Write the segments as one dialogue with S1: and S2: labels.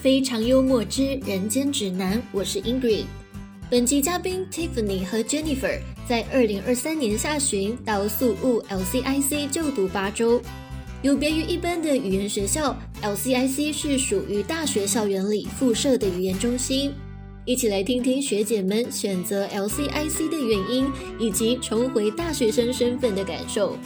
S1: 非常幽默之人间指南，我是 Ingrid。本集嘉宾 Tiffany 和 Jennifer 在二零二三年下旬到宿务 LCIC 就读八周。有别于一般的语言学校，LCIC 是属于大学校园里附设的语言中心。一起来听听学姐们选择 LCIC 的原因，以及重回大学生身份的感受。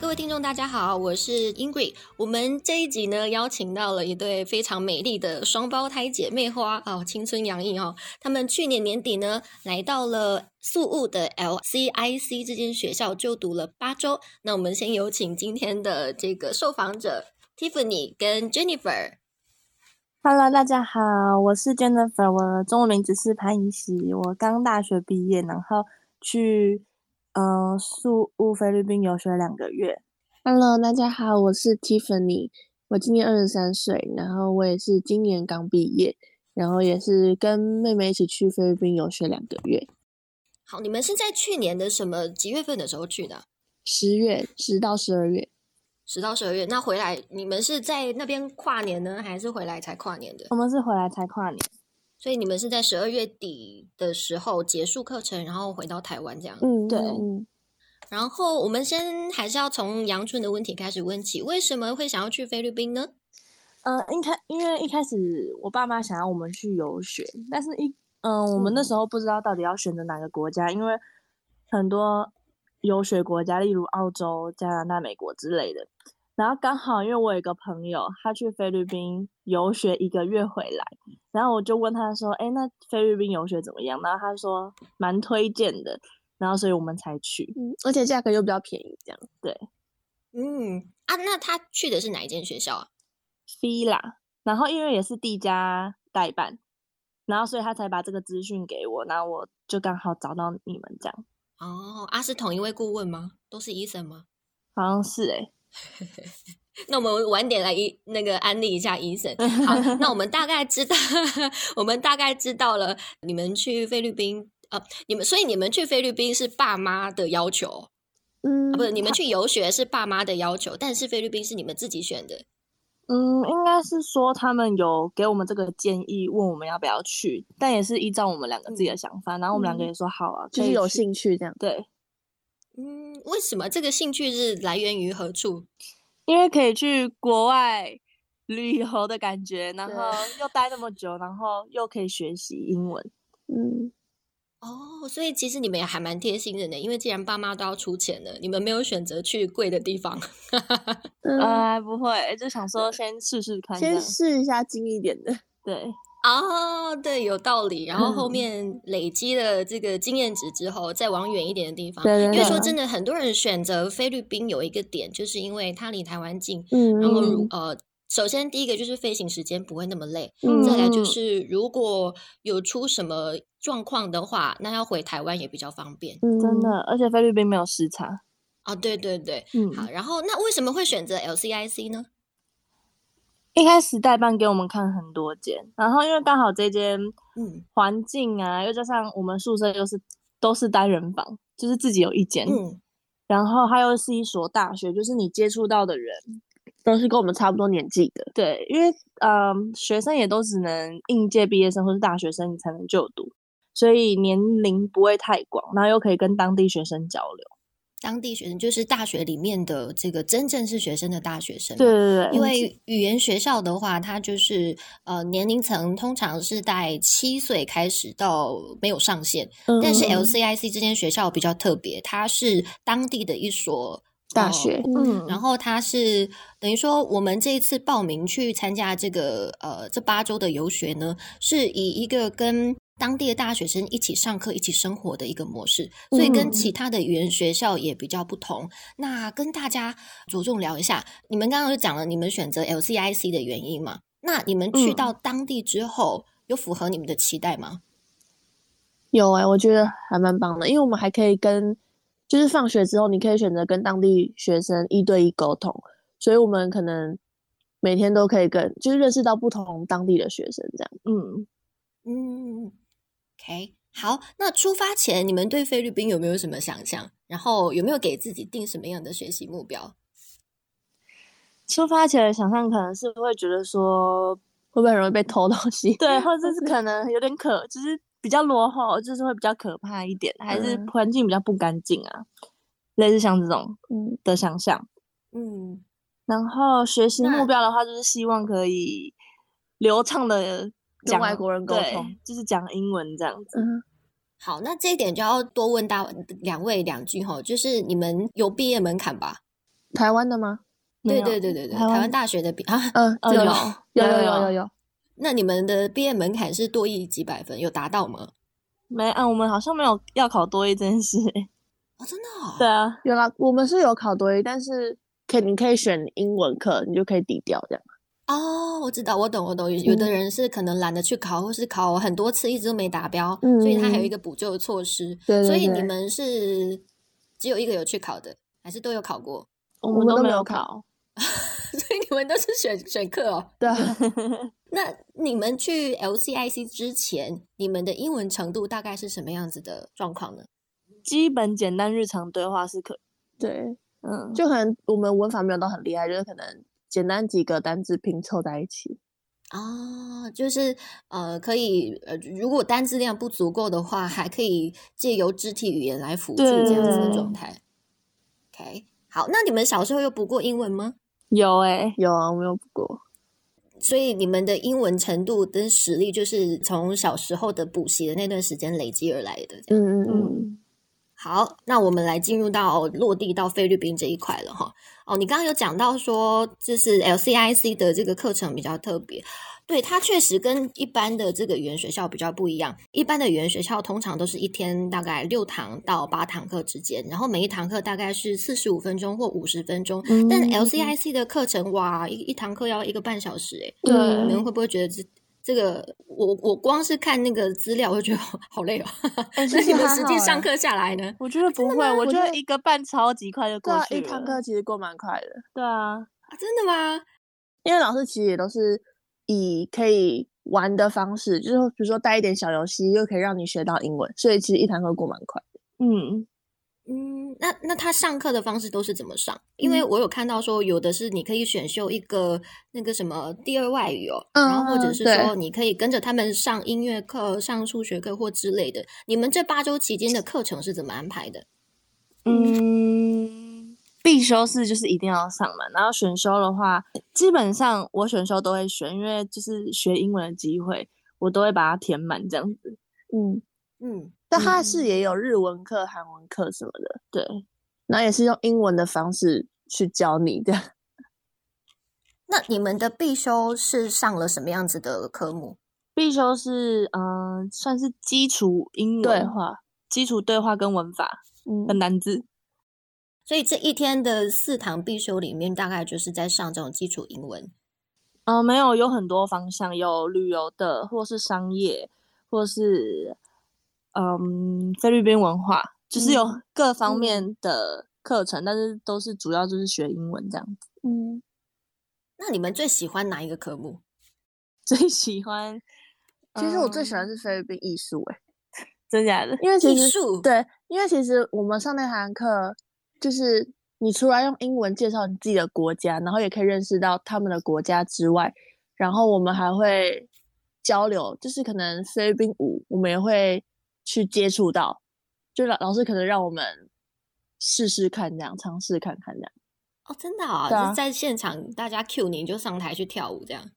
S1: 各位听众，大家好，我是 Ingrid。我们这一集呢，邀请到了一对非常美丽的双胞胎姐妹花啊、青春洋溢哦。她们去年年底呢，来到了宿务的 LCIC 这间学校就读了八周。那我们先有请今天的这个受访者 Tiffany 跟 Jennifer。
S2: Hello，大家好，我是 Jennifer，我中文名字是潘怡喜，我刚大学毕业，然后去嗯宿务菲律宾游学两个月。
S3: Hello，大家好，我是 Tiffany，我今年二十三岁，然后我也是今年刚毕业，然后也是跟妹妹一起去菲律宾游学两个月，
S1: 好，你们是在去年的什么几月份的时候去的啊？
S3: 十月十到十二月，
S1: 十到十二月。那回来你们是在那边跨年呢，还是回来才跨年的？
S2: 我们是回来才跨年，
S1: 所以你们是在十二月底的时候结束课程，然后回到台湾这样。
S3: 嗯，
S2: 对
S3: 嗯
S1: 然后我们先还是要从杨春的问题开始问起，为什么会想要去菲律宾呢？
S2: 嗯，一开因为一开始我爸妈想要我们去游学，但是一嗯我们那时候不知道到底要选择哪个国家，因为很多游学国家，例如澳洲、加拿大、美国之类的。然后刚好因为我有一个朋友，他去菲律宾游学一个月回来，然后我就问他说：“哎，那菲律宾游学怎么样？”然后他说蛮推荐的，然后所以我们才去。
S3: 嗯，而且价格又比较便宜，这样。
S1: 嗯啊，那他去的是哪一间学校啊？
S2: 飞啦，然后因为也是地家代办，然后所以他才把这个资讯给我，然后我就刚好找到你们这样，
S1: 哦，啊是同一位顾问吗？都是医生吗？
S2: 好像是诶、
S1: 那我们晚点来一那个安利一下医生。好，那我们大概知道， 我们大概知道了你们去菲律宾，呃，你们所以你们去菲律宾是爸妈的要求，
S3: 嗯
S1: 啊、不是你们去游学是爸妈的要求，但是菲律宾是你们自己选的。
S2: 嗯，应该是说他们有给我们这个建议，问我们要不要去，但也是依照我们两个自己的想法，然后我们两个
S3: 嗯
S2: 也说好啊，
S3: 就
S2: 可
S3: 是
S2: 以
S3: 有
S2: 去
S3: 兴趣这样。
S2: 对，
S1: 嗯，为什么这个兴趣是来源于何处？
S2: 因为可以去国外旅游的感觉，然
S3: 对
S2: 后又待那么久，然后又可以学习英文，
S3: 嗯，
S1: 哦，所以其实你们也还蛮贴心的呢，因为既然爸妈都要出钱了，你们没有选择去贵的地方。
S3: 嗯，
S2: 呃，不会，就想说先试试看这
S3: 先
S2: 样，
S3: 试一下近一点的。
S2: 对。
S1: 哦，对，有道理。然后后
S2: 嗯
S1: 面累积了这个经验值之后，再往远一点的地方。
S2: 对对
S1: 因为
S2: 对
S1: 说真的，很多人选择菲律宾有一个点，就是因为它离台湾近，
S3: 嗯，
S1: 然后如
S2: 嗯
S1: 呃，首先第一个就是飞行时间不会那么累，
S3: 嗯
S1: 再来就
S2: 嗯
S1: 是如果有出什么状况的话，那要回台湾也比较方便。
S3: 嗯
S2: 真的，，而且菲律宾没有时差。
S1: 啊，对对对，
S2: 嗯，
S1: 好。然后那为什么会选择 LCIC 呢？
S2: 一开始代办给我们看很多间，然后因为刚好这间
S1: 嗯
S2: 环境啊，又加上我们宿舍又是都是单人房，就是自己有一间，
S1: 嗯
S2: 然后它又是一所大学，就是你接触到的人，
S3: 都是跟我们差不多年纪的。
S2: 对，因为嗯、学生也都只能应届毕业生或是大学生你才能就读，所以年龄不会太广，然后又可以跟当地学生交流。
S1: 当地学生就是大学里面的这个真正是学生的大学生嘛。啊
S2: 对对对，
S3: 嗯
S1: 因为语言学校的话，它就是呃年龄层通常是在七岁开始到没有上限，但是
S3: 嗯
S1: LCIC 这间学校比较特别，它是当地的一所
S3: 大
S1: 呃
S3: 学，
S2: 嗯，
S1: 然后它是等于说，我们这一次报名去参加这个呃这八周的游学呢，是以一个跟当地的大学生一起上课、一起生活的一个模式，所以跟
S2: 嗯
S1: 其他的语言学校也比较不同。那跟大家着重聊一下，你们刚刚就讲了你们选择 LCIC 的原因嘛？那你们去
S2: 嗯
S1: 到当地之后，有符合你们的期待吗？
S3: 有哎、我觉得还蛮棒的，因为我们还可以跟，就是放学之后，你可以选择跟当地学生一对一沟通，所以我们可能每天都可以跟，就是认识到不同当地的学生这样。
S2: 嗯，
S1: 嗯，OK，好，那出发前你们对菲律宾有没有什么想象？然后有没有给自己定什么样的学习目标？
S2: 出发前的想象可能是会觉得说，
S3: 会不会很容易被偷东西？
S2: 对，或者是可能有点可，就是比较落后，就是会比较可怕一点，还是
S3: 嗯
S2: 环境比较不干净啊，类似像这种
S3: 嗯，
S2: 的想象。
S1: 嗯，
S2: 然后学习
S1: 那
S2: 目标的话，就是希望可以流畅的
S3: 跟
S2: 讲
S3: 外国人沟
S2: 对
S3: 通，
S2: 就是讲英文这样子。
S3: 嗯，
S1: 好，那这一点就要多问大两位两句哈，就是你们有毕业门槛吧？
S3: 台湾的吗？
S1: 对
S2: 没有
S1: 对对对对，
S2: 台
S1: 台
S2: 湾
S1: 湾大学的毕啊，
S3: 嗯，
S2: 呃
S3: 有
S2: 有
S3: 有
S2: 有
S3: 有
S2: 有
S3: 有有有，
S1: 那你们的毕业门槛是多一几百分，有达到吗？
S2: 没啊，我们好像没有要考多一这件事。
S1: 哦，真的、哦？
S2: 对啊，
S3: 有啦，我们是有考多一，但是可以你可以选英文课，你就可以抵掉这样。
S1: 哦，我知道，我懂，我懂。有有的
S3: 嗯
S1: 人是可能懒得去考，或是考很多次一直都没达标，所以他还有一
S3: 嗯
S1: 个补救的措施。
S3: 对对
S1: 所以你
S3: 对
S1: 们是只有一个有去考的，还是都有考过？
S2: 我
S3: 们
S2: 们都
S3: 没
S2: 没有
S3: 有
S2: 考。
S3: 考，
S1: 所以你们都是选选课哦。
S3: 对 啊，
S1: 那你们去 LCIC 之前，你们的英文程度大概是什么样子的状况呢？
S2: 基本简单日常对话是可，
S3: 对，
S2: 嗯，
S3: 就可能我们文法没有到很厉害，就是可能简单几个单字拼凑在一起。
S1: 哦，就是呃，可以呃，如果单字量不足够的话，还可以借由肢体语言来辅助这样子的状
S2: 对
S1: 态。OK，好，那你们小时候有补过英文吗？
S2: 有哎、
S3: 有啊，我们有补过。
S1: 所以你们的英文程度跟实力，就是从小时候的补习的那段时间累积而来的。这样
S3: 嗯嗯嗯，
S2: 嗯，
S1: 好，那我们来进入到落地到菲律宾这一块了哈。哦，你刚刚有讲到说，就是 LCIC 的这个课程比较特别，对它确实跟一般的这个语言学校比较不一样。一般的语言学校通常都是一天大概六堂到八堂课之间，然后每一堂课大概是四十五分钟或五十分钟。但
S3: 嗯
S1: LCIC 的课程哇，一一堂课要一个半小时诶、欸
S2: 对
S1: 你们
S3: 嗯
S1: 会不会觉得这这个？我我光是看那个资料，我就觉得好好累哦。
S3: 哎其
S1: 那你
S3: 实
S1: 们
S3: 还
S1: 实
S3: 好
S1: 际
S3: 哎
S1: 上课下来呢？
S2: 我觉得不会，我
S3: 我
S2: 觉
S3: 觉
S2: 得
S3: 得
S2: 一个半超级快就
S3: 对
S2: 过
S3: 啊，
S2: 去了。
S3: 一堂课其实过蛮快的，
S2: 对啊，
S1: 啊，真的吗？
S3: 因为老师其实也都是以可以玩的方式，就是比如说带一点小游戏，又可以让你学到英文，所以其实一堂课过蛮快。
S2: 嗯，
S1: 嗯，那那他上课的方式都是怎么上？因为
S3: 嗯
S1: 我有看到说，有的是你可以选修一个那个什么第二外语哦，
S3: 嗯
S1: 然后或者
S3: 嗯
S1: 是
S3: 对
S1: 说你可以跟着他们上音乐课、上数学课或之类的。你们这八周期间的课程是怎么安排的？
S3: 嗯
S2: 嗯，必修是就是一定要上嘛，然后选修的话，基本上我选修都会选，因为就是学英文的机会，我都会把它填满这样子。
S3: 嗯，
S1: 嗯，
S3: 但它是
S2: 嗯
S3: 也有日文课、韩文课什么的，
S2: 对，
S3: 然后也是用英文的方式去教你 的。
S1: 那你们的必修是上了什么样子的科目？
S2: 必修是嗯、呃算是基础英文
S3: 对话、
S2: 基础对话跟文法跟
S3: 嗯，
S2: 单字。
S1: 所以这一天的四堂必修里面，大概就是在上这种基础英文。
S2: 嗯、没有，有很多方向，有旅游的，或是商业，或是 嗯菲律宾文化，就是有
S3: 嗯
S2: 各方
S3: 嗯
S2: 面的课程，但是都是主要就是学英文这样子。
S3: 嗯，
S1: 那你们最喜欢哪一个科目？
S2: 最喜欢，
S3: 其实我最喜
S2: 嗯
S3: 欢是菲律宾艺术、欸，
S2: 真假的，
S3: 因为其
S1: 艺
S3: 实
S1: 术
S3: 对，因为其实我们上那堂课，就是你除了用英文介绍你自己的国家，然后也可以认识到他们的国家之外，然后我们还会交流，就是可能菲律宾舞，我们也会去接触到，就老老师可能让我们试试看这样，尝试看看这样，
S1: 哦，真的啊，就
S3: 对啊
S1: 是在现场大家 cue 你，你就上台去跳舞这样。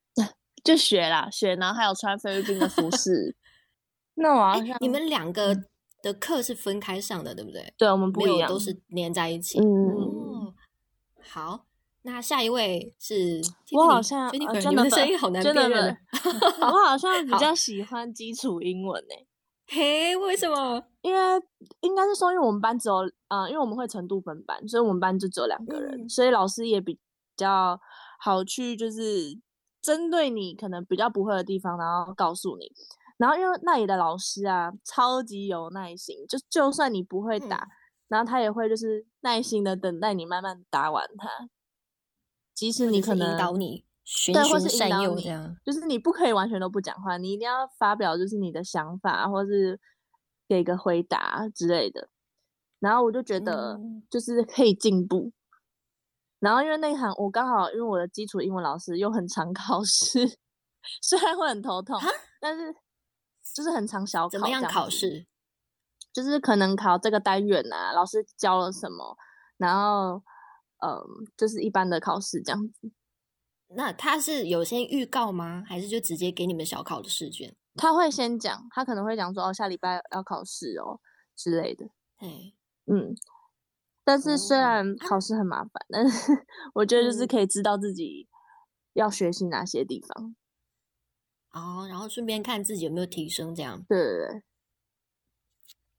S3: 就学啦学，然后还有穿菲律宾的服饰，
S2: 那我好
S1: 哎
S2: 像，
S1: 你们两个的课是分开上的，对不对？
S2: 对我们
S1: 没
S2: 不一
S1: 有，
S2: 样，
S1: 都是连在一起。
S3: 嗯，
S1: 哦，好，那下一位是
S2: 我好
S1: Tiffany，
S2: 像
S1: Jennifer，
S2: 呃
S1: 你们的
S2: Jennifer，
S1: 声音好难辨认啊。
S2: Jennifer，我好像比
S1: 好
S2: 较喜欢基础英文欸呢、
S1: 嘿，为什么？
S2: 因为应该是说，因为我们班只有呃，因为我们会程度分班，所以我们班就只有两个人，
S1: 嗯
S2: 所以老师也比较好去就是针对你可能比较不会的地方，然后告诉你。然后因为那里的老师啊，超级有耐心，就就算你不会打，
S1: 嗯
S2: 然后他也会就是耐心的等待你慢慢打完它，即使
S1: 或
S2: 你
S1: 者
S2: 可
S1: 是
S2: 能
S1: 引导嗯你循
S2: 对，
S1: 循
S2: 或是引
S1: 善
S2: 导
S1: 诱
S2: 你
S1: 这样。
S2: 就是你不可以完全都不讲话，你一定要发表就是你的想法，或是给个回答之类的。然后我就觉
S1: 嗯
S2: 得嗯就是可以进步。然后因为那一行我刚好因为我的基础英文老师又很常考试， 虽然会很头痛
S1: 啊，
S2: 但是就是很常小考。
S1: 怎么样考？试？
S2: 就是可能考这个单元啊，老师教了什么，然后嗯，就是一般的考试这样子。
S1: 那他是有先预告吗？还是就直接给你们小考的试卷？
S2: 他会先讲，他可能会讲说哦，下礼拜要考试哦之类的，
S1: 哎，
S2: 嗯。但是虽
S1: 哦
S2: 然
S1: 啊
S2: 考试很麻烦，但是 我觉得就是
S1: 嗯
S2: 可以知道自己要学习哪些地方。
S1: 哦，然后顺便看自己有没有提升，这样。
S2: 对对对，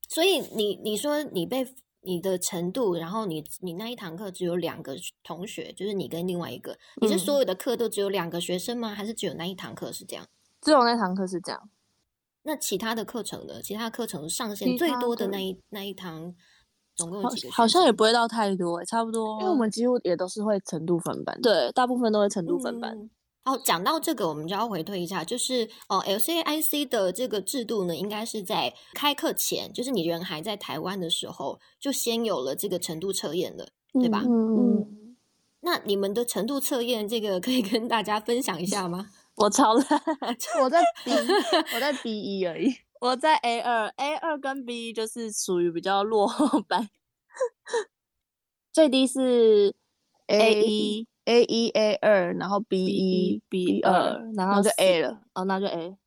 S1: 所以你你说你被你的程度，然后你你那一堂课只有两个同学，就是你跟另外一个，你
S2: 嗯
S1: 是所有的课都只有两个学生吗？还是只有那一堂课是这样？
S2: 只有那堂课是这样，
S1: 那其他的课程呢？其他课程上
S2: 其
S1: 限最
S2: 他
S1: 多的
S2: 课
S1: 那一那一堂，总共有
S2: 好
S1: 几个
S2: 好
S1: 学
S2: 像也
S1: 生
S2: 不会到太多欸、差不多。
S3: 因为我们几乎也都是会程度分班。，
S2: 对大部分都会程度分班，
S1: 嗯哦，讲到这个，我们就要回推一下，就是呃，LCIC 的这个制度呢，应该是在开课前，就是你人还在台湾的时候，就先有了这个程度测验了，对吧？
S2: 嗯嗯，
S3: 嗯，
S1: 那你们的程度测验，这个可以跟大家分享一下吗？
S2: 我超烂，
S3: 我在 B，我在 B 一而已。
S2: 我在 A 二，A 二跟 B 就是属于比较落后班，最低是 A 一
S3: A 一 A 二，然后 B 一
S2: B 二，然
S3: 然
S2: 后
S3: 后就
S2: C
S3: A 了。
S2: 哦，那就 A，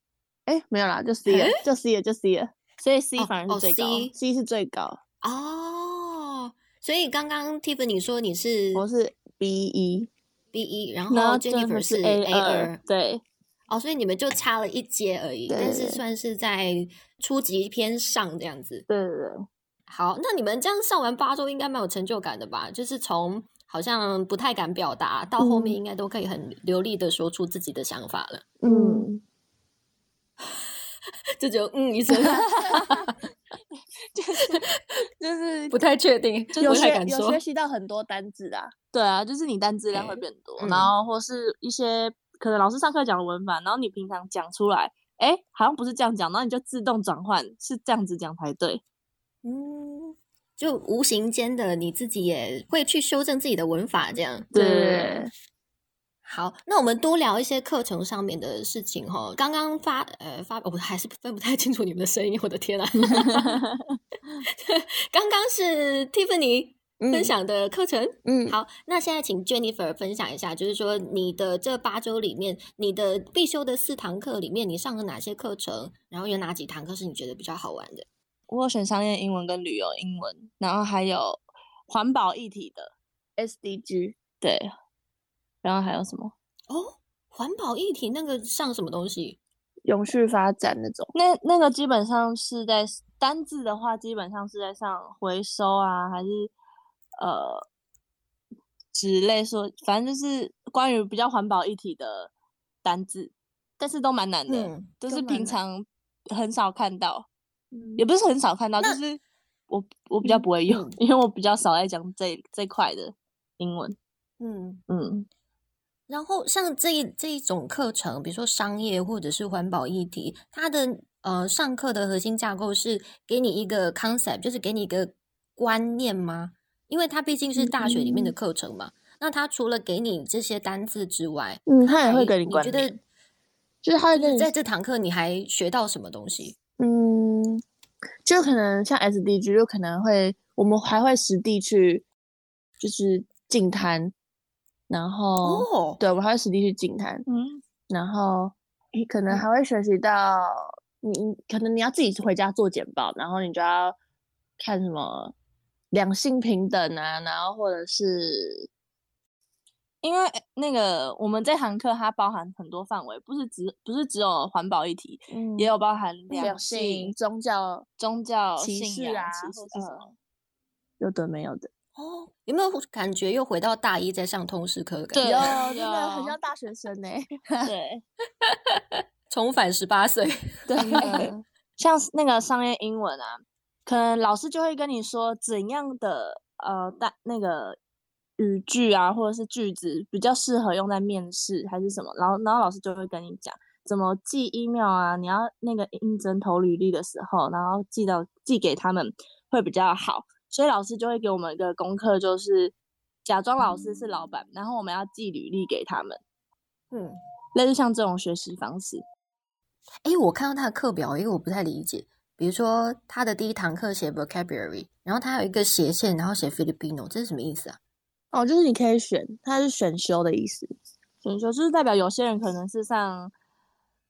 S3: 哎，没有啦， 就 C 了，就 C 了，就 C 了。
S2: 所以 C
S1: 哦
S2: 反而
S1: 哦
S2: 是最高。
S1: C
S3: ，C 是最高，
S1: 哦，所以刚刚 Tiffany 说你是
S3: 我是 B 一。
S1: B 一，然
S2: 然
S1: 后
S2: 后 Jennifer
S1: Jennifer
S2: 是
S1: A
S2: 二
S1: 二，，
S2: 对，
S1: 哦，所以你们就差了一阶而已，
S3: 对
S1: 但
S3: 对
S1: 是
S3: 对
S1: 算是在初级偏上这样子。
S2: 对对对，
S1: 好，那你们这样上完八周应该蛮有成就感的吧？就是从好像不太敢表达，到后面
S3: 嗯
S1: 应该都可以很流利的说出自己的想法了，
S3: 嗯，
S2: 嗯，
S1: 就只有嗯一 声，
S2: 就是就是
S1: 不太确定，
S3: 有
S1: 不太
S3: 学
S1: 敢
S3: 有
S1: 说
S3: 学。习到很多单字啊。
S2: 对啊，就是你单质量会
S1: 对
S2: 变多，
S1: 嗯
S2: 然后或是一些可能老师上课讲的文法，然后你平常讲出来，哎，好像不是这样讲，然后你就自动转换，是这样子讲才对。
S1: 嗯，就无形间的你自己也会去修正自己的文法，这样。
S2: 对
S3: 对
S1: 好，那我们多聊一些课程上面的事情哈。刚刚发呃发，我还是分不太清楚你们的声音，我的天啊！刚刚是 Tiffany 分享的课程，
S3: 嗯，
S1: 好，那现在请 Jennifer 分享一下，就是说你的这八周里面，你的必修的四堂课里面，你上了哪些课程？然后有哪几堂课是你觉得比较好玩的？
S2: 我有选商业英文跟旅游英文，然后还有环保议题的 SDG，对，然后还有什么？
S1: 哦，环保议题那个上什么东西？
S3: 永续发展那种。
S2: 那那个基本上是在单字的话，基本上是在上回收啊，还是呃之类说，反正就是关于比较环保议题的单字，但是都蛮难的，
S1: 嗯
S2: 都
S3: 都
S2: 是
S3: 蛮
S2: 平
S3: 难
S2: 常很少看到，
S3: 嗯
S2: 也不是很少看到，就
S1: 那
S2: 是我我比较
S3: 嗯
S2: 不会用
S1: 嗯，
S2: 因为我比较少在讲这这块的英文，
S1: 嗯，
S2: 嗯，
S1: 然后像这一这一种课程，比如说商业或者是环保议题，它的呃上课的核心架构是给你一个 concept，就是给你一个观念吗？因为它毕竟是大学里面的
S3: 嗯
S1: 课程嘛。那它除了给你这些单字之外，
S3: 嗯，他也会
S1: 还
S3: 给你观
S1: 觉
S3: 念，
S1: 得
S3: 就是
S2: 嗯
S3: 他会
S1: 就
S3: 跟
S1: 是
S3: 你
S1: 在这堂课你还学到什么东西？
S3: 嗯，就可能像 SDG，就可能会我们还会实地去，就是进摊，然后、
S1: 哦，
S3: 对，我们还会实地去进摊，
S2: 嗯，
S3: 然后你可能还会学习到，你你可能你要自己回家做简报，然后你就要看什么两性平等啊，然后或者是
S2: 因为那个我们这堂课它包含很多范围，不是只不是只有环保议题，
S3: 嗯
S2: 也有包含两
S3: 两
S2: 性
S3: 性、、宗教、
S2: 宗教、
S3: 歧
S2: 信
S3: 视
S2: 仰
S3: 啊，
S2: 歧
S3: 或
S2: 视
S3: 是
S2: 什
S3: 什
S2: 么
S3: 么有的没有的。
S1: 哦，有没有感觉又回到大一在上通识课的感
S2: 对
S1: 觉？
S3: 有，真的很
S2: 有
S3: 像大学生呢、
S2: 对
S1: 重返十八岁。
S2: 对，像是那个商业英文啊，可能老师就会跟你说怎样的呃大那个语啊句啊，或者是句子比较适合用在面试还是什么，然后然后老师就会跟你讲，怎么寄 email 啊，你要那个应征投履历的时候，然后寄到寄给他们会比较好。所以老师就会给我们一个功课，就是假装老师是老板，然后我们要寄履历给他们，
S3: 嗯，
S2: 类似像这种学习方式。
S1: 诶，我看到他的课表，因为我不太理解。比如说，他的第一堂课写 vocabulary，然后他有一个斜线，然后写 Filipino，这是什么意思啊？
S3: 哦，就是你可以选，它是选修的意思。
S2: 选修就是代表有些人可能是上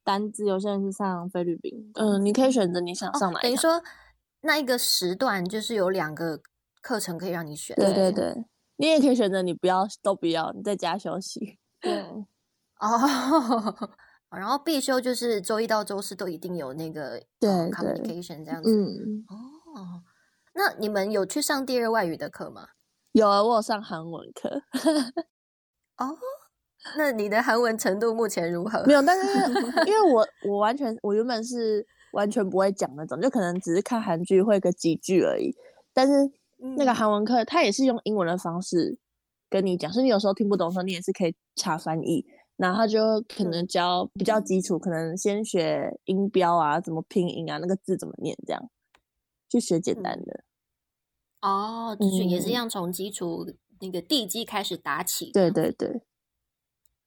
S2: 单字，有些人是上菲律宾。
S3: 嗯，你可以选择你想
S2: 哦
S3: 上哪
S1: 哦等
S3: 一
S1: 于
S3: 堂。
S1: 说那一个时段就是有两个课程可以让你选。
S3: 对对对，你也可以选择你不要都不要，你在家休息。
S2: 对，
S1: 哦， 然后必修就是周一到周四都一定有那个
S3: 对
S1: 呃
S3: 对
S1: communication 这样子。
S2: 嗯，
S1: 哦，那你们有去上第二外语的课吗？
S3: 有啊，我有上韩文课，
S1: 那你的韩文程度目前如何？
S3: 没有，但是 因为因为我我完全我原本是完全不会讲那种，就可能只是看韩剧会个几句而已。但是那个
S1: 嗯
S3: 韩文课，它也是用英文的方式跟你讲，所以你有时候听不懂的时候，你也是可以查翻译。然后他就可能教比较基础，可能先学音标啊，怎么拼音啊，那个字怎么念，这样去学简单的。
S1: 哦，就是也是
S3: 嗯
S1: 一样从基础那个地基开始打起。
S3: 对对对，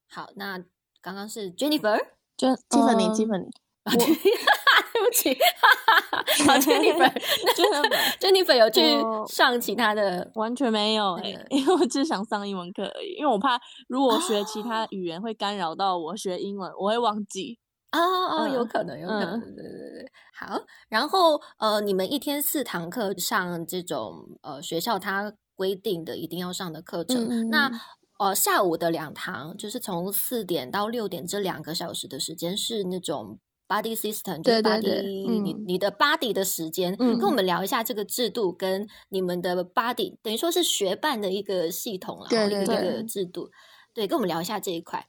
S1: 好，那刚刚是 Jennifer，
S3: 就 Tiffany
S2: 嗯
S3: Tiffany，
S1: 啊对对不起， 好 Jennifer，Jennifer
S2: 真的没
S1: 有去
S2: 我
S1: 上其他的
S2: 完全没有
S1: 那
S2: 哎、
S1: 个
S2: 因为我只想上英文课而已，因为我怕如果我学其
S3: 哦
S2: 他语言会干扰到我学英文，我会忘记。
S1: 哦哦，有
S2: 嗯
S1: 可能，有可能，
S2: 嗯
S1: 对对对对。好，然后呃，你们一天四堂课上这种呃学校它规定的一定要上的课程，
S3: 嗯嗯
S1: 那
S3: 嗯
S1: 呃下午的两堂就是从四点到六点这两个小时的时间是那种 body system，就是
S3: 对对
S1: body
S3: 对
S1: 你
S2: 嗯
S1: 你的 body 的时间，
S2: 嗯
S1: 跟我们聊一下这个制度跟你们的 body，等于说是学办的一个系统啦，
S3: 对
S1: 哦
S3: 对
S1: 一个一
S2: 对
S1: 个制度，对，跟我们聊一下这一块。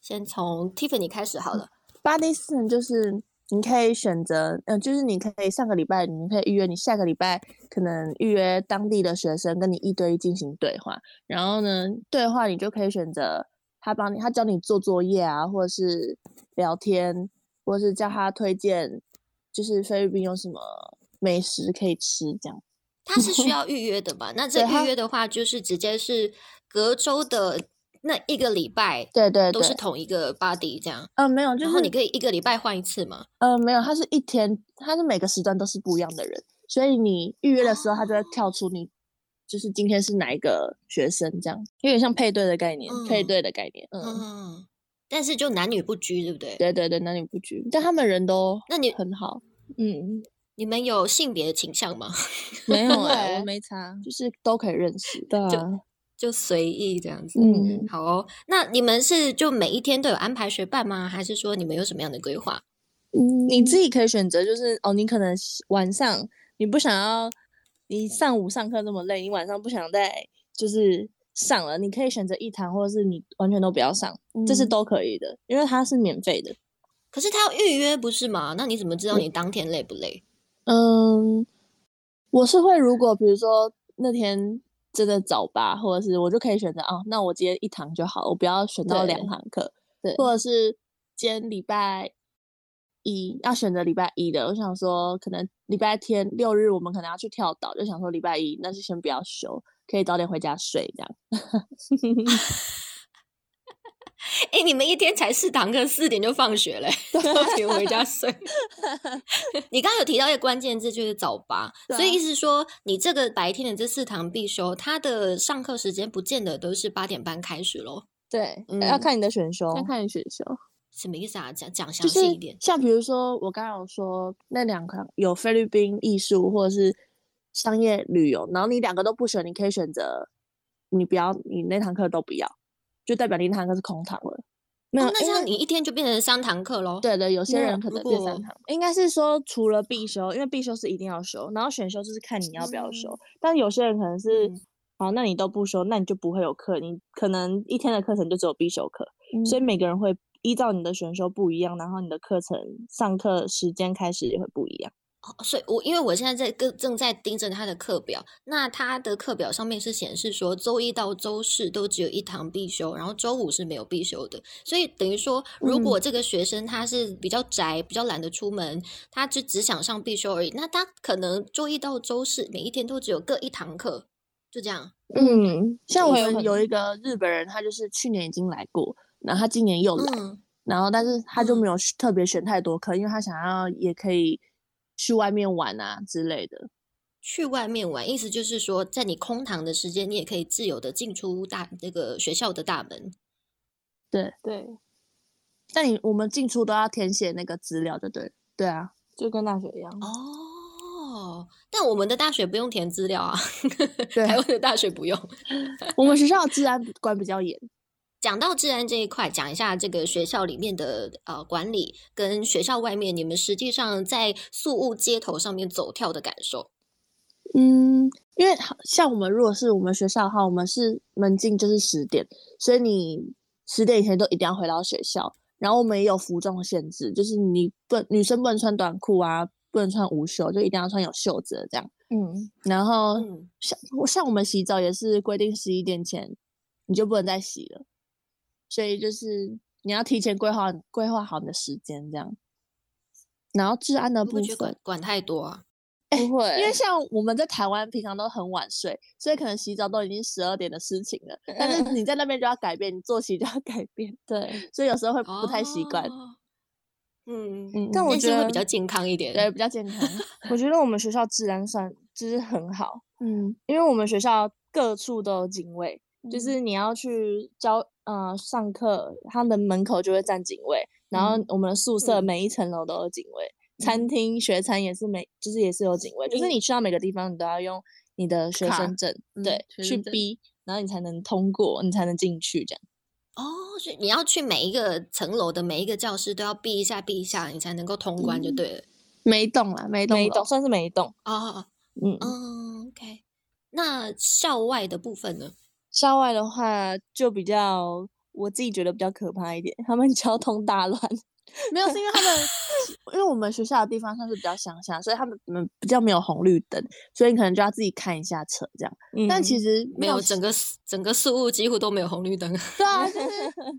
S1: 先从 Tiffany 开始好了。
S3: body system 就是你可以选择，嗯、就是你可以上个礼拜，你可以预约你下个礼拜可能预约当地的学生跟你一对一进行对话，然后呢，对话你就可以选择他帮你，他教你做作业啊，或者是聊天，或者是叫他推荐，就是菲律宾有什么美食可以吃这样。
S1: 它是需要预约的吧？那这
S3: 对它
S1: 预约的话，就是直接是隔周的那一个礼拜
S3: 对对
S1: 都
S3: 对，
S1: 是同一个 body 这样，
S3: 嗯、没有，就
S1: 然
S3: 是
S1: 后你可以一个礼拜换一次嘛。
S3: 呃，没有，他是一天，他是每个时段都是不一样的人，所以你预约的时候，他就会跳出你，就是今天是哪一个学生这样，有点像配对的概念，配
S1: 嗯
S3: 对的概念，嗯，
S1: 嗯，但是就男女不拘，对不对？
S3: 对对对，男女不拘，但他们人都
S1: 那你
S3: 很好，嗯，
S1: 你们有性别倾向吗？
S3: 没有哎、
S2: 对
S3: 我没查，就是都可以认识，对
S1: 就
S3: 啊
S1: 就随意这样子。
S3: 嗯，
S1: 好哦，那你们是就每一天都有安排学伴吗？还是说你们有什么样的规划？
S2: 嗯
S3: 你自己可以选择，就是哦，你可能是晚上你不想要，你上午上课那么累，你晚上不想再就是上了，你可以选择一堂，或者是你完全都不要上，这是
S1: 嗯
S3: 都可以的，因为它是免费的。
S1: 可是他要预约不是吗？那你怎么知道你当天累不累？
S3: 嗯，我是会，如果比如说那天真的早八，或者是我就可以选择啊，那我今天一堂就好，我不要选到两
S2: 对
S3: 堂课，
S2: 对
S3: 或者是今天礼拜一要选择礼拜一的，我想说可能礼拜天六日我们可能要去跳岛，就想说礼拜一那就先不要休，可以早点回家睡这样。
S1: 哎、你们一天才四堂课，四点就放学 嘞、早点回家睡。 你刚刚有提到一个关键字，就是早八，
S3: 对啊
S1: 所以意思是说，你这个白天的这四堂必修，它的上课时间不见得都是八点半开始喽。
S3: 对，
S1: 嗯
S3: 要看你的选修，
S2: 要
S3: 看你选修。
S1: 什么意思啊？讲讲详
S3: 就是嗯
S1: 细一点。嗯
S3: 像比如说，我刚刚有说那两款有菲律宾艺术或者是商业旅游，然后你两个都不选，你可以选择你不要，你那堂课都不要，就代表你那堂课是空堂了。没有，
S1: 哦、那
S3: 因
S1: 这样
S3: 为
S1: 你一天就变成三堂课喽。，
S3: 对的，有些
S1: 那
S3: 人可
S1: 如
S3: 能变三
S1: 果
S3: 堂，应该是说除了必修，因为必修是一定要修，然后选修就是看你要不要修。但有些人可能是，
S1: 嗯
S3: 好，那你都不修，那你就不会有课，你可能一天的课程就只有必修课。所
S1: 以
S3: 以每个人会依照你的选修不一样，然后你的课程上课时间开始也会不一样。
S1: 哦所以我因为我现在在跟正在盯着他的课表，那他的课表上面是显示说周一到周四都只有一堂必修，然后周五是没有必修的。所以等于说，如果这个学生他是比较宅、比较懒得出门，他就只想上必修而已，那他可能周一到周四每一天都只有各一堂课，就这样。
S3: 嗯，像
S1: 有
S3: 我
S1: 可能
S3: 有有一个日本人，他就是去年已经来过，然后他今年又来，
S1: 嗯
S3: 然后但是他就
S1: 嗯
S3: 没有去特别选太多课，因为他想要也可以去外面玩啊之类的。
S1: 去外面玩，意思就是说，在你空堂的时间，你也可以自由的进出大那个学校的大门。
S2: 对，
S3: 但你我们进出都要填写那个资料，就对了对 啊，
S2: 就跟大学一样。
S1: 哦，但我们的大学不用填资料啊，
S3: 对
S1: 台湾的大学不用。
S3: 我们学校的治安管比较严。
S1: 讲到治安这一块，讲一下这个学校里面的呃管理跟学校外面，你们实际上在宿务街头上面走跳的感受。
S3: 嗯，因为好像我们如果是我们学校的话，我们是门禁就是十点，所以你十点以前都一定要回到学校。然后我们也有服装限制，就是你不女生不能穿短裤啊，不能穿无袖，就一定要穿有袖子的这样。
S2: 嗯，
S3: 然后
S1: 嗯，
S3: 像我像我们洗澡也是规定十一点前你就不能再洗了，所以就是你要提前规划规划好你的时间这样。然后治安
S1: 会
S3: 的
S1: 不
S3: 部
S1: 会觉得
S3: 分
S1: 管，管太多啊？
S2: 不会，
S3: 因为像我们在台湾平常都很晚睡，所以可能洗澡都已经十二点的事情 了。但是你在那边就要改变，你作息就要改变，
S2: 对，
S3: 所以有时候会不太习惯。
S1: 哦嗯，
S2: 嗯
S3: 但我
S1: 但
S3: 觉
S1: 是会
S3: 得
S1: 比较健康一点。
S3: 对比较健康。
S2: 我觉得我们学校治安算就是很好，
S3: 嗯，
S2: 因为我们学校各处都有警卫，就
S3: 嗯
S2: 是你要去教呃上课，他们的门口就会站警卫，然后
S3: 嗯
S2: 我们的宿舍
S1: 嗯
S2: 每一层楼都有警卫，餐
S3: 嗯
S2: 厅学餐也是每就是也是有警卫，就是
S1: 嗯
S2: 你去到每个地方你都要用你的学
S3: 卡嗯
S2: 生证对
S3: 学
S2: 去
S3: 生证
S2: 逼，然后你才能通过，你才能进去这样。
S1: 哦，所以你要去每一个层楼的每一个教室都要避一下避一下，你才能够通关
S3: 嗯
S1: 就对了。
S3: 没动啦，没动，
S2: 每一栋。算是每一栋，
S1: 哦，
S2: 嗯，
S1: 嗯，OK。那校外的部分呢？
S2: 校外的话就比较我自己觉得比较可怕一点，他们 交通大乱。
S3: 没有，是因为他们，因为我们学校的地方算是比较乡下，所以他们嗯比较没有红绿灯，所以你可能就要自己看一下车这样。但
S2: 嗯
S3: 其实
S1: 没有，
S3: 时
S1: 整个整个宿务几乎都没有红绿灯。
S3: 对啊，就是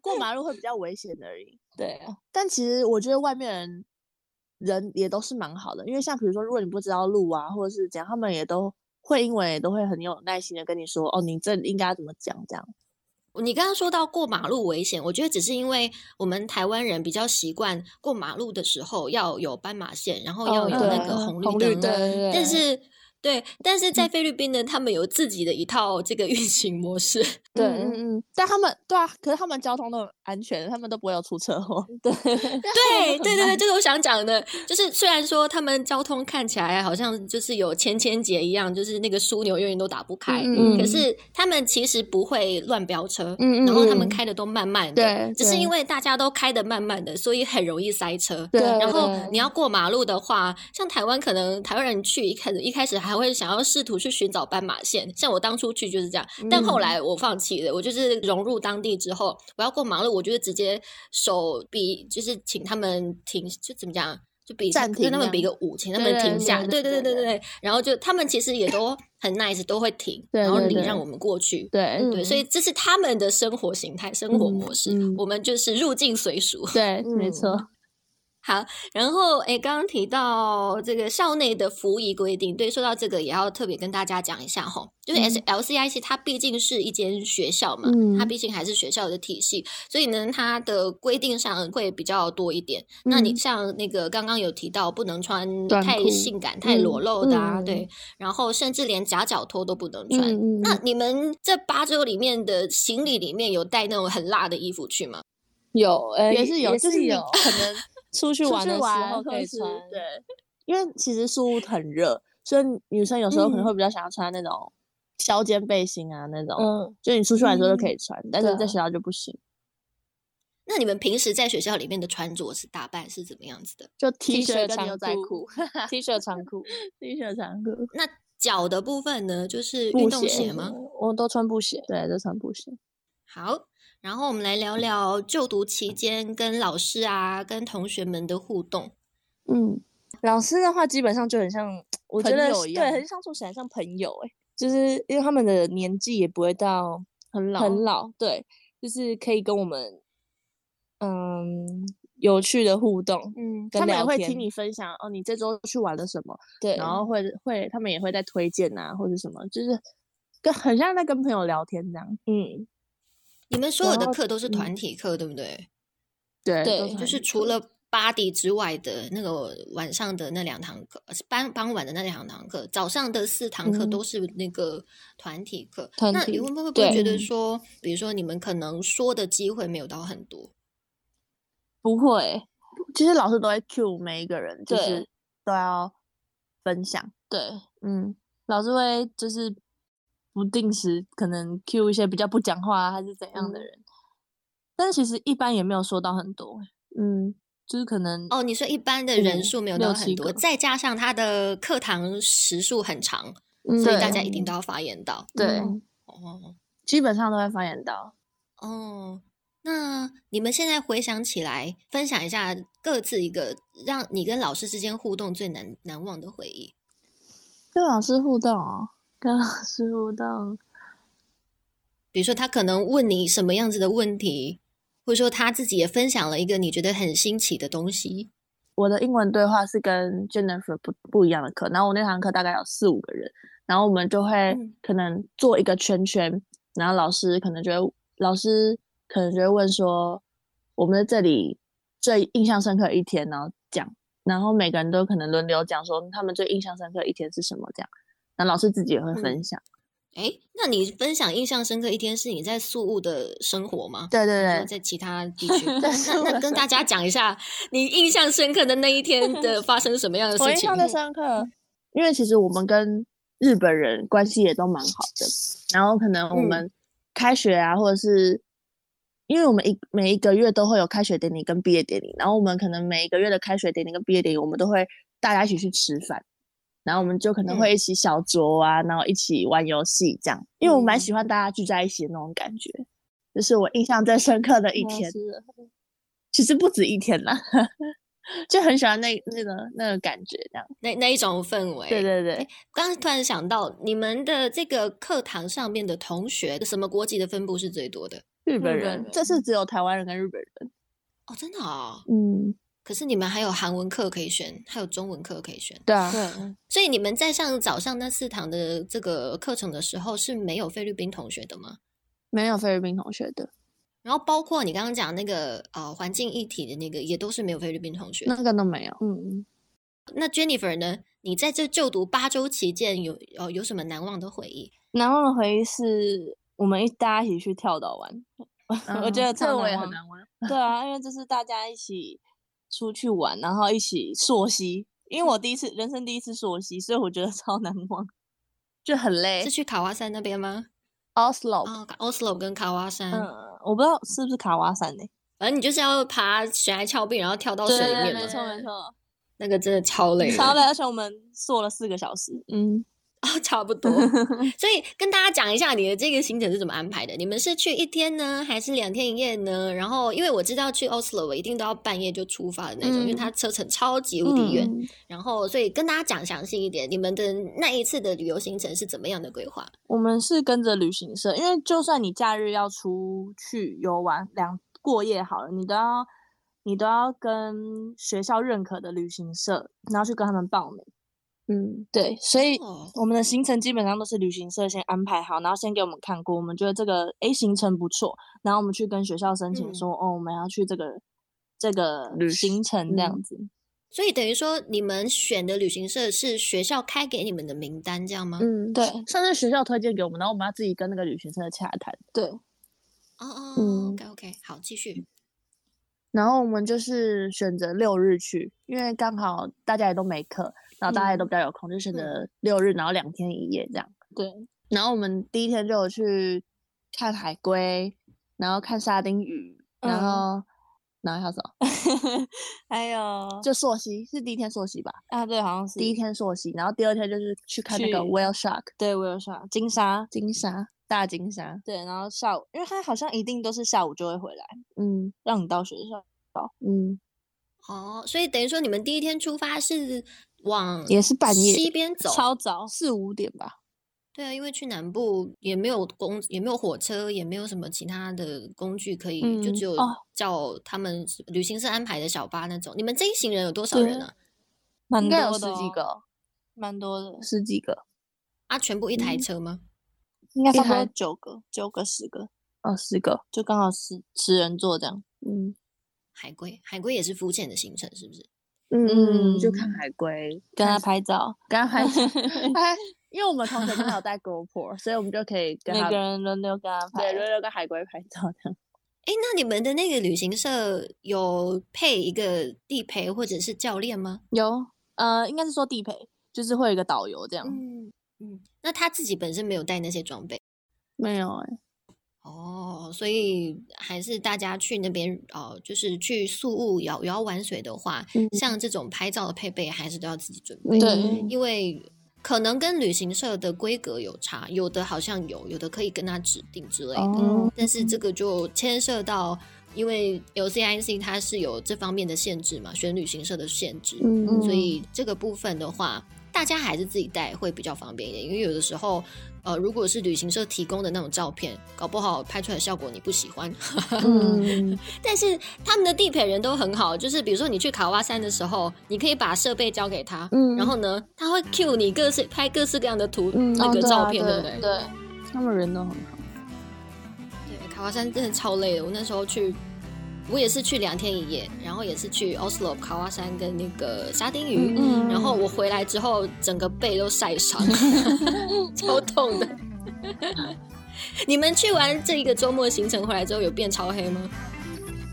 S3: 过马路会比较危险而已。
S2: 对啊，
S3: 但其实我觉得外面人人也都是蛮好的，因为像比如说，如果你不知道路啊，或者是怎样，他们也都会英文，也都会很有耐心的跟你说，哦，你这应该要怎么讲这样。
S1: 你刚刚说到过马路危险，我觉得只是因为我们台湾人比较习惯过马路的时候要有斑马线，然后要有
S2: 哦
S1: 那
S2: 对
S1: 个
S3: 嗯
S1: 红
S3: 红
S1: 绿
S3: 绿
S1: 灯。啊
S3: 灯
S2: 对
S1: 但是，对，但是在菲律宾呢，他们有自己的一套这个运行模式。
S2: 对
S3: 嗯嗯嗯，但他们对啊，可是他们交通都很安全，他们都不会有出车祸。
S2: 对
S1: 对对对对，就是我想讲的，就是虽然说他们交通看起来好像就是有千千结一样，就是那个枢纽永远都打不开，
S3: 嗯
S1: 可是他们其实不会乱飙车，
S3: 嗯嗯
S1: 然后他们
S3: 嗯
S1: 开的都慢慢的，
S3: 对
S1: 只是
S3: 对
S1: 因为大家都开的慢慢的，所以很容易塞车。
S3: 对
S1: 然后
S2: 对
S1: 你要
S3: 嗯
S1: 过马路的话，像台湾可能台湾人去一开始一开始还会想要试图去寻找斑马线，像我当初去就是这样，但后
S3: 嗯
S1: 来我放弃了，我就是融入当地之后，我要过马路，我就是直接手比就是请他们停，就怎么讲？就比
S3: 暂
S1: 跟他
S3: 停
S1: 们
S3: 这
S1: 比个
S3: 样
S1: 五，请他
S3: 对
S1: 们
S3: 对
S1: 停下。对
S3: 对
S1: 对
S3: 对
S1: 对对
S3: 对
S1: 对，然后就他们其实也都很 nice，都会停，
S3: 对
S1: 然后
S3: 对
S1: 礼
S3: 对
S1: 让我们过去。
S3: 对、
S1: 对，所以这是他们的生活形态、生活
S3: 嗯
S1: 模式，
S3: 嗯
S1: 我们就是入境随俗。
S3: 对，没
S2: 嗯
S3: 错。
S1: 好，然后诶，刚刚提到这个校内的服役规定，对，说到这个也要特别跟大家讲一下吼，就是 S L C I C 它毕竟是一间学校嘛，它
S3: 嗯
S1: 毕竟还是学校的体系，所以呢，它的规定上会比较多一点。那你
S3: 嗯
S1: 像那个刚刚有提到，不能穿
S3: 短
S1: 太
S3: 裤
S1: 性感、太裸
S3: 嗯
S1: 露的啊，
S3: 嗯
S1: 对，然后甚至连夹脚拖都不能穿。
S3: 嗯嗯，
S1: 那你们这八周里面的行李里面有带那种很辣的衣服去吗？
S2: 有，呃
S3: 也是有，就是你
S2: 有
S3: 可能
S2: 出去
S3: 出
S2: 玩
S3: 去
S2: 的时
S3: 玩
S2: 候
S3: 或
S2: 可以
S3: 是
S2: 穿，
S3: 对，因为其实宿屋很热，所以女生有时候可
S1: 嗯
S3: 能会比较想要穿那种削肩背心啊那种，
S2: 嗯，
S3: 就你出去玩的时候都可以穿，但
S2: 对
S3: 是在
S2: 啊
S3: 学校就不行，
S1: 那你们平时在学校里面的穿着是打扮是怎么样子的？
S3: 就 T
S2: 恤
S3: 恤跟
S2: 长
S3: 牛仔
S2: 裤
S3: 裤
S2: ，T 恤长裤，
S3: ，T 恤长裤，
S1: 那脚的部分呢，就是运
S3: 布
S1: 动
S3: 鞋
S1: 鞋吗？
S2: 我都穿布鞋。
S3: 对，就穿布鞋。
S1: 好，然后我们来聊聊就读期间跟老师啊、跟同学们的互动。
S3: 嗯，
S2: 老师的话基本上就很像，我觉
S3: 朋
S2: 得
S3: 友
S2: 是
S3: 一
S2: 对，
S3: 样
S2: 很相处起来像朋友哎、就是因为他们的年纪也不会到
S3: 很老，
S2: 很老，对，就是可以跟我们嗯有趣的互动，
S3: 嗯，
S2: 跟
S3: 他们也
S2: 聊
S3: 会
S2: 天
S3: 听你分享哦，你这周去玩了什么，
S2: 对，
S3: 然后会会他们也会在推荐啊或者什么，就是跟很像在跟朋友聊天这样，
S2: 嗯，
S1: 你们所有的
S3: 然后
S1: 课都是
S3: 嗯
S1: 团体课，对不对？
S3: 对
S2: 对
S3: 都是
S1: 就
S3: 很
S1: 是除了 body 之外的那个晚上的那两堂课，呃是傍傍晚的那两堂课，早上的四堂课
S2: 嗯
S1: 都是那个团体课。
S2: 团
S1: 那
S2: 体
S1: 你会不会
S2: 对
S1: 觉得说，比如说你们可能说的机会没有到很多？
S2: 不会，
S3: 其实老师都会 cue 每一个人，就
S2: 对
S3: 是都要分享。
S2: 对，
S3: 嗯，
S2: 老师会就是不定时可能 Q 一些比较不讲话啊还是怎样的
S3: 嗯
S2: 人，但其实一般也没有说到很多，欸
S3: 嗯，
S2: 就是可能
S1: 哦，你说一般的人
S2: 嗯
S1: 数没有
S2: 六
S1: 到
S2: 七
S1: 很
S2: 个
S1: 多，再加上他的课堂时数很长，所
S3: 所
S1: 以大家一定都要发言到。
S2: 对
S1: 哦
S3: 基本上都会发言到。
S1: 哦，那你们现在回想起来，分享一下各自一个让你跟老师之间互动最难难忘的回忆。
S3: 跟老师互动哦，跟老师互动，
S1: 比如说，他可能问你什么样子的问题，或者说他自己也分享了一个你觉得很新奇的东西。
S3: 我的英文对话是跟 Jennifer 不不一样的课，然后我那堂课大概有四五个人，然后我们就会
S1: 嗯
S3: 可能做一个圈圈，然后老师可能就会老师可能就会问说我们在这里最印象深刻的一天，然后讲，然后每个人都可能轮流讲说他们最印象深刻的一天是什么这样，然后老师自己也会
S2: 嗯
S3: 分享，
S1: 诶，那你分享印象深刻一天是你在宿务的生活吗？
S3: 对对
S1: 说
S3: 对，
S1: 在其他地 区， 那
S3: 在宿务
S1: 那
S3: 的
S1: 跟大家讲一下，你印象深刻的那一 天的发生什么样的
S3: 我
S1: 事
S3: 印
S1: 情
S3: 象？最深刻，嗯因为其实我们跟日本人关系也都蛮好的，然后可能我
S1: 嗯
S3: 们开学啊，或者是因为我们一每一个月都会有开学典礼跟毕业典礼，然后我们可能每一个月的开学典礼跟毕业典礼，我们都会大家一起去吃饭。然后我们就可能会一起小酌啊，然后一起玩游戏这样，因为我蛮喜欢大家聚在一起的那种感觉，这是我印象最深刻的一
S2: 老
S3: 天。
S2: 师
S3: 其实不止一天啦， 就很喜欢那那个那个感觉这样。哎
S1: 那那一种氛围，
S3: 对对对，
S1: 刚刚突然想到，你们的这个课堂上面的同学，什么国籍的分布是最多的？
S3: 日嗯
S2: 本人
S3: 这次只有台湾人跟日本人。
S1: 哦，真的啊、哦！
S3: 嗯，
S1: 可是你们还有韩文课可以选，还有中文课可以选，
S3: 对啊，
S2: 对，
S1: 所以你们在上早上那四堂的这个课程的时候是没有菲律宾同学的吗？
S3: 没有菲律宾同学的，
S1: 然后包括你刚刚讲那个呃环境议题的那个，也都是没有菲律宾同学的。
S3: 那个都没有。
S2: 嗯，
S1: 那 Jennifer 呢？你在这就读八周期间有呃有什么难忘的回忆？
S2: 难忘的回忆是我们一大家一起去跳岛玩， 我觉得
S3: 这
S2: 超
S3: 个我也
S2: 忘
S3: 很嗯难忘。
S2: 对啊，因为这是大家一起出去玩，然后一起溯溪。因为我第一次人生第一次溯溪，所以我觉得超难忘。
S3: 就很累
S1: 是。去卡哇山那边吗？
S3: Oslo，
S1: 啊、o s l o 跟卡哇山，
S2: 哦嗯，我不知道是不是卡哇山呢、
S1: 反正你就是要爬悬崖峭壁，然后跳到水
S2: 对
S1: 里
S2: 对对，
S1: 面
S2: 没
S1: 嘛。
S2: 错没错，
S1: 那个真的超累的，
S2: 超累，而且我们坐了四个小时。
S3: 嗯，
S1: 哦，差不 多。所以跟大家讲一下你的这个行程是怎么安排的。你们是去一天呢，还是两天一夜呢？然后，因为我知道去 Oslo 我一定都要半夜就出发的那种，因为
S3: 嗯
S1: 它车程超级无敌远。
S3: 嗯
S1: 然后，所以跟大家讲详细一点，你们的那一次的旅游行程是怎么样的规划？
S2: 我们是跟着旅行社，因为就算你假日要出去游玩两过夜好了，你都要你都要跟学校认可的旅行社，然后去跟他们报名。
S3: 嗯，
S2: 对，所以
S1: 哦，
S2: 我们的行程基本上都是旅行社先安排好，然后先给我们看过，我们觉得这个诶行程不错，然后我们去跟学校申请
S1: 嗯
S2: 说，哦，我们要去这个这个
S3: 旅嗯
S2: 行程这样子。
S1: 所以等于说你们选的旅行社是学校开给你们的名单，这样吗？
S3: 嗯，
S2: 对
S3: 上次学校推荐给我们，然后我们要自己跟那个旅行社洽谈。
S2: 对，
S1: 哦哦、
S3: 嗯
S1: o k OK，好，继续。
S3: 然后我们就是选择六日去，因为刚好大家也都没课，然后大家也都比较有空，就选
S1: 嗯
S3: 择六日，然后两天一夜这样。
S2: 对，
S3: 然后我们第一天就有去看海龟，然后看沙丁鱼，
S2: 嗯
S3: 然后、然后还有什么？
S2: 还有
S3: 就溯溪是第一天溯溪吧，
S2: 哎啊，对，好像是
S3: 第一天溯溪，然后第二天就是去看那个
S2: 去
S3: whale shark
S2: 对我有刷金沙，
S3: 金鲨，大金鲨。
S2: 对，然后下午，因为他好像一定都是下午就会回来，
S3: 嗯
S2: 让你到学校。
S3: 嗯，
S1: 哦，所以等于说你们第一天出发是往
S3: 也是半夜
S1: 西边走，
S3: 超早四五点吧。
S1: 对啊，因为去南部也没有公，也没有火车，也没有什么其他的工具可以，就
S3: 嗯
S1: 只有
S2: 哦
S1: 叫他们旅行社安排的小巴那种。你们这一行人有多少
S3: 对
S1: 人啊？
S2: 蛮
S3: 应
S2: 多
S3: 该有
S2: 的、哦
S3: 十几，个，
S2: 蛮多的，
S3: 十几个，
S1: 啊，全部一
S3: 嗯
S1: 台车吗？
S2: 应该
S3: 一
S2: 差不多
S3: 台
S2: 九个，九个十个，
S3: 哦，十个。
S2: 就刚好十十人座这样。
S3: 嗯
S1: 海龟，海龟也是浮潜的行程，是不是？
S3: 嗯嗯，就
S2: 嗯
S3: 看海龟，
S2: 跟他
S3: 看
S2: 拍照，
S3: 跟他拍
S2: 嗯
S3: 哎，因为我们同学刚好带 GoPro，所以我们就可以跟
S2: 每
S3: 他
S2: 个人轮流跟他
S3: 对
S2: 拍。
S3: 轮流跟海龟拍照这样。
S1: 哎，那你们的那个旅行社有配一个地陪或者是教练吗？
S2: 有，呃，应该是说地陪，就是 会有一个导游这样。
S1: 嗯嗯，那他自己本身没有带那些装备
S3: 没有哎、
S1: 哦，所以还是大家去那边哦，就是去宿务遥遥玩水的话，
S3: 嗯
S1: 像这种拍照的配备还是都要自己准备，
S2: 对
S1: 因为可能跟旅行社的规格有差，有的好像有，有的可以跟他指定之类的。
S3: 哦，
S1: 但是这个就牵涉到，因为 LCIC 它是有这方面的限制嘛，选旅行社的限制，
S3: 嗯
S1: 所以这个部分的话，大家还是自己带会比较方便一点。因为有的时候，呃，如果是旅行社提供的那种照片，搞不好拍出来的效果你不喜欢。
S3: 嗯，
S1: 但是他们的地陪人都很好，就是比如说你去卡哇山的时候，你可以把设备交给他，
S3: 嗯
S2: 哦
S1: 然后呢，他会 cue 你各式拍各式各样的图、
S3: 嗯
S1: 那
S3: 哦
S1: 个
S3: 对啊
S1: 照片，
S3: 对
S1: 不对？
S2: 对，
S3: 他们人都很好。
S1: 对，卡瓦山真的超累的。我那时候去，我也是去两天一夜，然后也是去 Oslo 卡瓦山跟那个沙丁鱼，
S3: 嗯
S1: 然后我回来之后整个背都晒 伤，超痛的。 你们去完这一个周末行程回来之后，有变超黑吗？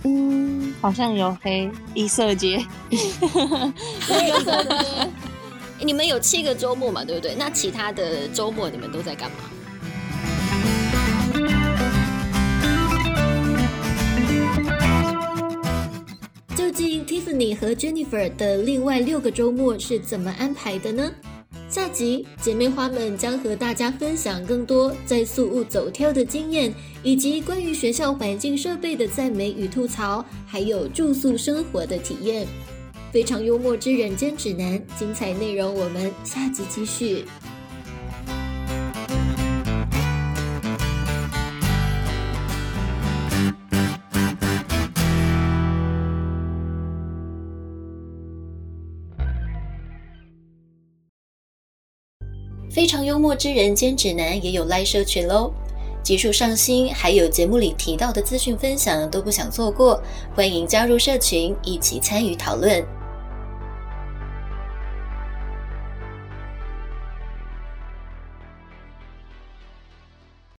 S2: 嗯，好像有黑一色街，
S1: 你们有七个周末嘛，对不对？那其他的周末你们都在干嘛？
S4: 究竟 Tiffany 和 Jennifer 的另外六个周末是怎么安排的呢？下集姐妹花们将和大家分享更多在宿务走跳的经验，以及关于学校环境设备的赞美与吐槽，还有住宿生活的体验。非常幽默之人间指南，精彩内容我们下集继续。非常幽默之人间指南也有 live 社群喽。集数上新，还有节目里提到的资讯分享都不想错过，欢迎加入社群一起参与讨论。